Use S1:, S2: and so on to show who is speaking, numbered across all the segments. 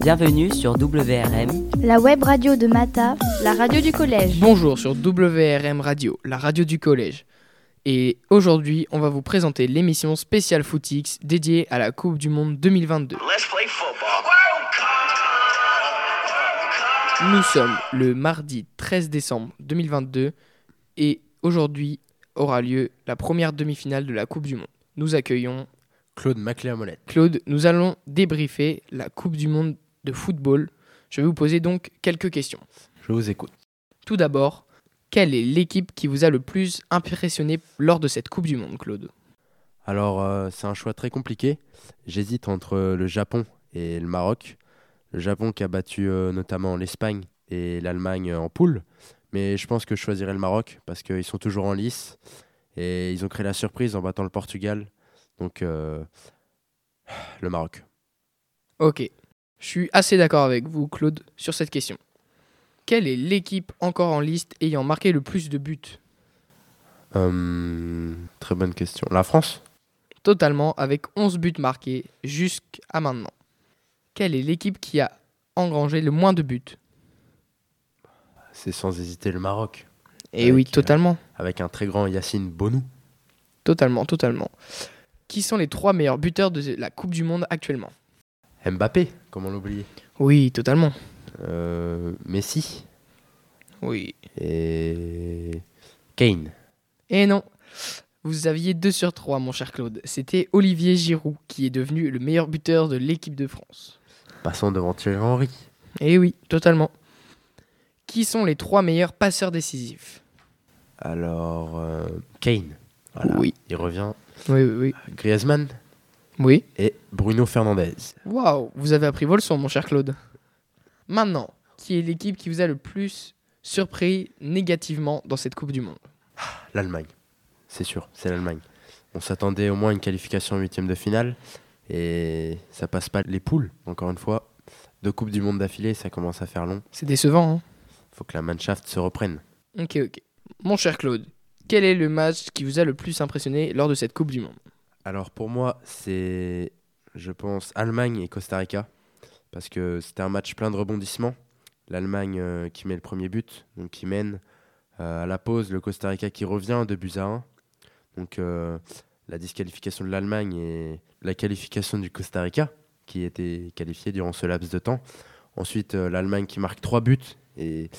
S1: Bienvenue sur WRM.
S2: La web radio de Mata, la radio du collège.
S3: Bonjour sur WRM Radio, la radio du collège. Et aujourd'hui, on va vous présenter l'émission spéciale Footix dédiée à la Coupe du Monde 2022.
S4: Let's play football.
S3: Nous sommes le mardi 13 décembre 2022 et aujourd'hui aura lieu la première demi-finale de la Coupe du Monde. Nous accueillons
S5: Claude Macléa-Molette.
S3: Claude, nous allons débriefer la Coupe du Monde de football. Je vais vous poser donc quelques questions.
S5: Je vous écoute.
S3: Tout d'abord, quelle est l'équipe qui vous a le plus impressionné lors de cette Coupe du Monde, Claude
S5: Alors, euh, c'est un choix très compliqué. J'hésite entre euh, le Japon et le Maroc. Le Japon qui a battu euh, notamment l'Espagne et l'Allemagne euh, en poule. Mais je pense que je choisirais le Maroc parce qu'ils sont toujours en lice. Et ils ont créé la surprise en battant le Portugal. Donc, euh, le Maroc.
S3: Ok, je suis assez d'accord avec vous, Claude, sur cette question. Quelle est l'équipe encore en liste ayant marqué le plus de buts
S5: Hum, très bonne question. La France
S3: Totalement, avec 11 buts marqués jusqu'à maintenant. Quelle est l'équipe qui a engrangé le moins de buts
S5: C'est sans hésiter le Maroc.
S3: Eh oui,
S5: Avec, euh,
S3: totalement.
S5: Avec un très grand Yacine Bonou.
S3: Totalement, totalement. Qui sont les trois meilleurs buteurs de la Coupe du Monde actuellement
S5: Mbappé, comment l'oublier
S3: Oui, totalement.
S5: Euh, Messi
S3: Oui.
S5: et Kane.
S3: Et Eh non Vous aviez 2 sur 3, mon cher Claude. C'était Olivier Giroud qui est devenu le meilleur buteur de l'équipe de France.
S5: Passant devant Thierry Henry.
S3: Eh oui, totalement. Qui sont les trois meilleurs passeurs décisifs
S5: Alors, euh, Kane. Voilà.
S3: Oui.
S5: Il revient.
S3: Oui, oui, oui.
S5: Griezmann
S3: Oui.
S5: et Bruno Fernandez.
S3: Waouh, vous avez appris vos leçons, mon cher Claude. Maintenant, qui est l'équipe qui vous a le plus surpris négativement dans cette Coupe du Monde
S5: L'Allemagne. C'est sûr, c'est l'Allemagne. On s'attendait au moins à une qualification en huitième de finale. Et ça passe pas les poules, encore une fois. Deux Coupes du Monde d'affilée, ça commence à faire long.
S3: C'est décevant, hein
S5: Faut que la Mannschaft se reprenne.
S3: Ok, ok. Mon cher Claude, quel est le match qui vous a le plus impressionné lors de cette Coupe du Monde
S5: Alors pour moi, c'est, je pense, Allemagne et Costa Rica. Parce que c'était un match plein de rebondissements. L'Allemagne euh, qui met le premier but, donc qui mène euh, à la pause. Le Costa Rica qui revient de buts à 1. Donc euh, la disqualification de l'Allemagne et la qualification du Costa Rica, qui était qualifié durant ce laps de temps. Ensuite, euh, l'Allemagne qui marque 3 buts et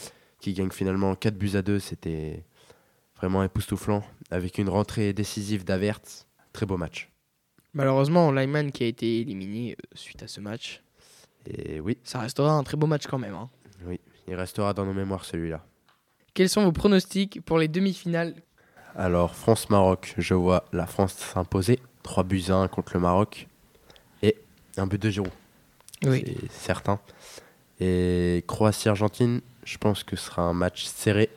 S5: qui gagne finalement 4 buts à 2. C'était vraiment époustouflant. Avec une rentrée décisive d'Avert. Très beau match.
S3: Malheureusement, Lyman qui a été éliminé euh, suite à ce match,
S5: Et oui,
S3: ça restera un très beau match quand même. hein.
S5: il restera dans nos mémoires celui-là.
S3: Quels sont vos pronostics pour les demi-finales
S5: Alors, France-Maroc, je vois la France s'imposer. 3 buts à 1 contre le Maroc. Et un but de Giroud, c'est certain. Et Croatie-Argentine, je pense que ce sera un match serré.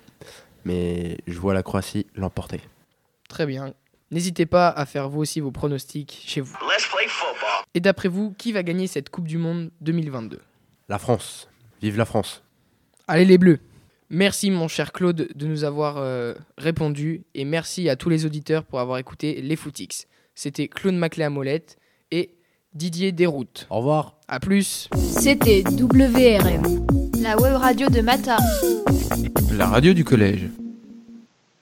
S5: Mais je vois la Croatie l'emporter.
S3: Très bien. N'hésitez pas à faire vous aussi vos pronostics chez vous.
S4: Let's play football.
S3: Et d'après vous, qui va gagner cette Coupe du Monde 2022
S5: La France, vive la France.
S3: Allez les Bleus Merci mon cher Claude de nous avoir euh, répondu et merci à tous les auditeurs pour avoir écouté les Footix. C'était Claude Maclé à Molette et Didier Desroutes.
S5: Au revoir.
S3: A plus
S6: C'était WRM.
S2: La web radio de Mata.
S7: La radio du collège.